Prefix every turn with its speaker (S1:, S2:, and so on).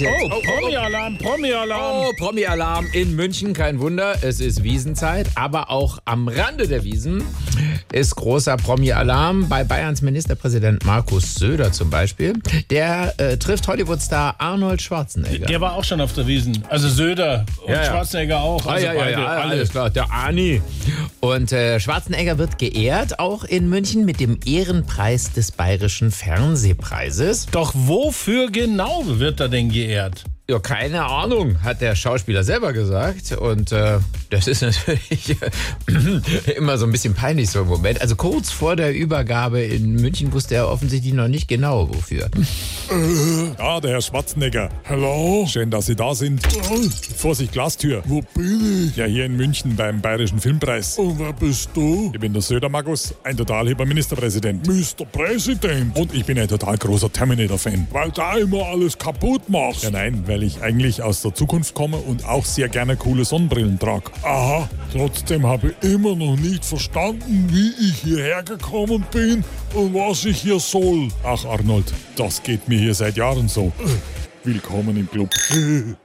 S1: Jetzt.
S2: Oh, Promi-Alarm, Promi-Alarm.
S1: Oh, Promi-Alarm in München, kein Wunder. Es ist Wiesenzeit, aber auch am Rande der Wiesen ist großer Promi-Alarm bei Bayerns Ministerpräsident Markus Söder zum Beispiel. Der äh, trifft Hollywood-Star Arnold Schwarzenegger.
S2: Der war auch schon auf der Wiesen. Also Söder und
S1: Ja, ja.
S2: Schwarzenegger auch. Also
S1: ah, ja, ja, ja,
S2: beide,
S1: alles klar, der Ani. Und äh, Schwarzenegger wird geehrt, auch in München, mit dem Ehrenpreis des Bayerischen Fernsehpreises.
S2: Doch wofür genau wird er denn geehrt?
S1: Ja, keine Ahnung, hat der Schauspieler selber gesagt. Und äh, das ist natürlich immer so ein bisschen peinlich so im Moment. Also kurz vor der Übergabe in München wusste er offensichtlich noch nicht genau wofür.
S3: Ja, Ah, der Herr Schwarzenegger. Hallo. Schön, dass Sie da sind. Vorsicht, Glastür. Wo bin ich? Ja, hier in München beim Bayerischen Filmpreis. Und wer bist du? Ich bin der Söder Markus, ein total hipper Ministerpräsident. Mr. President. Und ich bin ein total großer Terminator-Fan. Weil da immer alles kaputt machst. Ja, nein, weil ich eigentlich aus der Zukunft komme und auch sehr gerne coole Sonnenbrillen trage. Aha. Trotzdem habe ich immer noch nicht verstanden, wie ich hierher gekommen bin und was ich hier soll. Äh. Ach, Arnold, das geht mir hier seit Jahren so. Willkommen im Club.